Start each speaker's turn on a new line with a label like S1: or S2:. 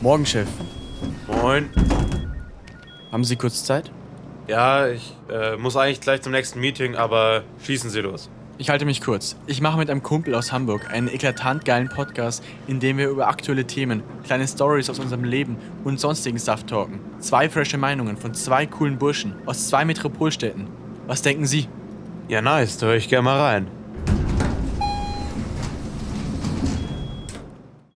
S1: Morgen, Chef.
S2: Moin.
S1: Haben Sie kurz Zeit?
S2: Ja, ich äh, muss eigentlich gleich zum nächsten Meeting, aber schießen Sie los.
S1: Ich halte mich kurz. Ich mache mit einem Kumpel aus Hamburg einen eklatant geilen Podcast, in dem wir über aktuelle Themen, kleine Stories aus unserem Leben und sonstigen Stuff talken. Zwei frische Meinungen von zwei coolen Burschen aus zwei Metropolstädten. Was denken Sie?
S2: Ja, nice, da höre ich gerne mal rein.